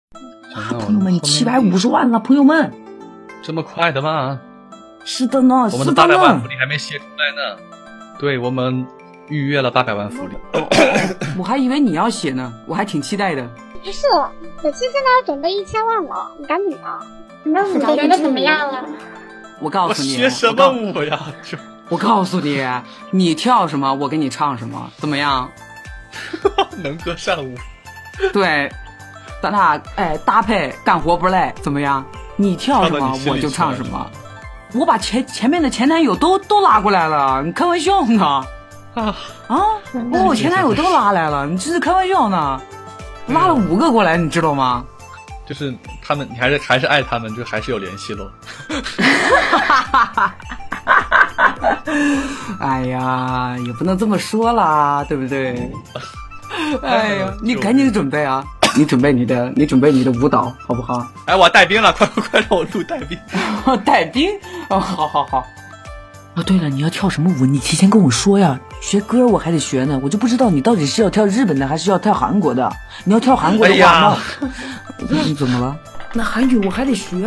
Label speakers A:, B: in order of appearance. A: 哎
B: 啊，朋
A: 嗯
B: 友们，七百五十万了，朋友们！
A: 这么快的吗？
B: 是的呢，
A: 我们的
B: 是的
A: 八百万
B: 呢
A: 福。利还没写出来呢。对，我们预约了八百万福利。
B: 我还以为你要写呢，我还挺期待的。
C: 不是，小七现在要准备一千万了，你赶紧啊！你们
D: 早
C: 五
D: 就
C: 觉得
D: 知
C: 怎么
D: 道
C: 样啊
D: 了
C: 了？
B: 我告
A: 我
B: 诉你，
A: 学什
B: 我告
A: 么舞呀？这
B: 我告诉你，你跳什么，我给你唱什么，怎 么样？啊
A: 能歌善舞。
B: 对，咱俩哎搭配干活不累，怎么样？你跳什
A: 唱到
B: 么
A: 你心
B: 我
A: 里
B: 就
A: 去
B: 唱
A: 了
B: 什
A: 是
B: 么
A: 吗。
B: 我把前前面的前男友都都拉过来了，你开玩笑呢？
A: 啊，
B: 啊，我我前男友都拉来了，你这是开玩笑呢？拉了五个过来，你知道吗？
A: 就是他们，你还是还是爱他们，就还是有联系喽。
B: 哎呀，也不能这么说啦，对不 对？哎 呀，你赶紧准备啊！你准备你的，你准备你的舞蹈，好不好？
A: 哎，我带兵了，快快快，让我录带兵。
B: 带兵哦，好好好。哦，对了，你要跳什么舞？你提前跟我说呀。学歌我还得学呢，我就不知道你到底是要跳日本的还是要跳韩 国的。你要跳韩国的
A: 哎
B: 话，
A: 呀
B: 那你怎么了？那韩语我还得学。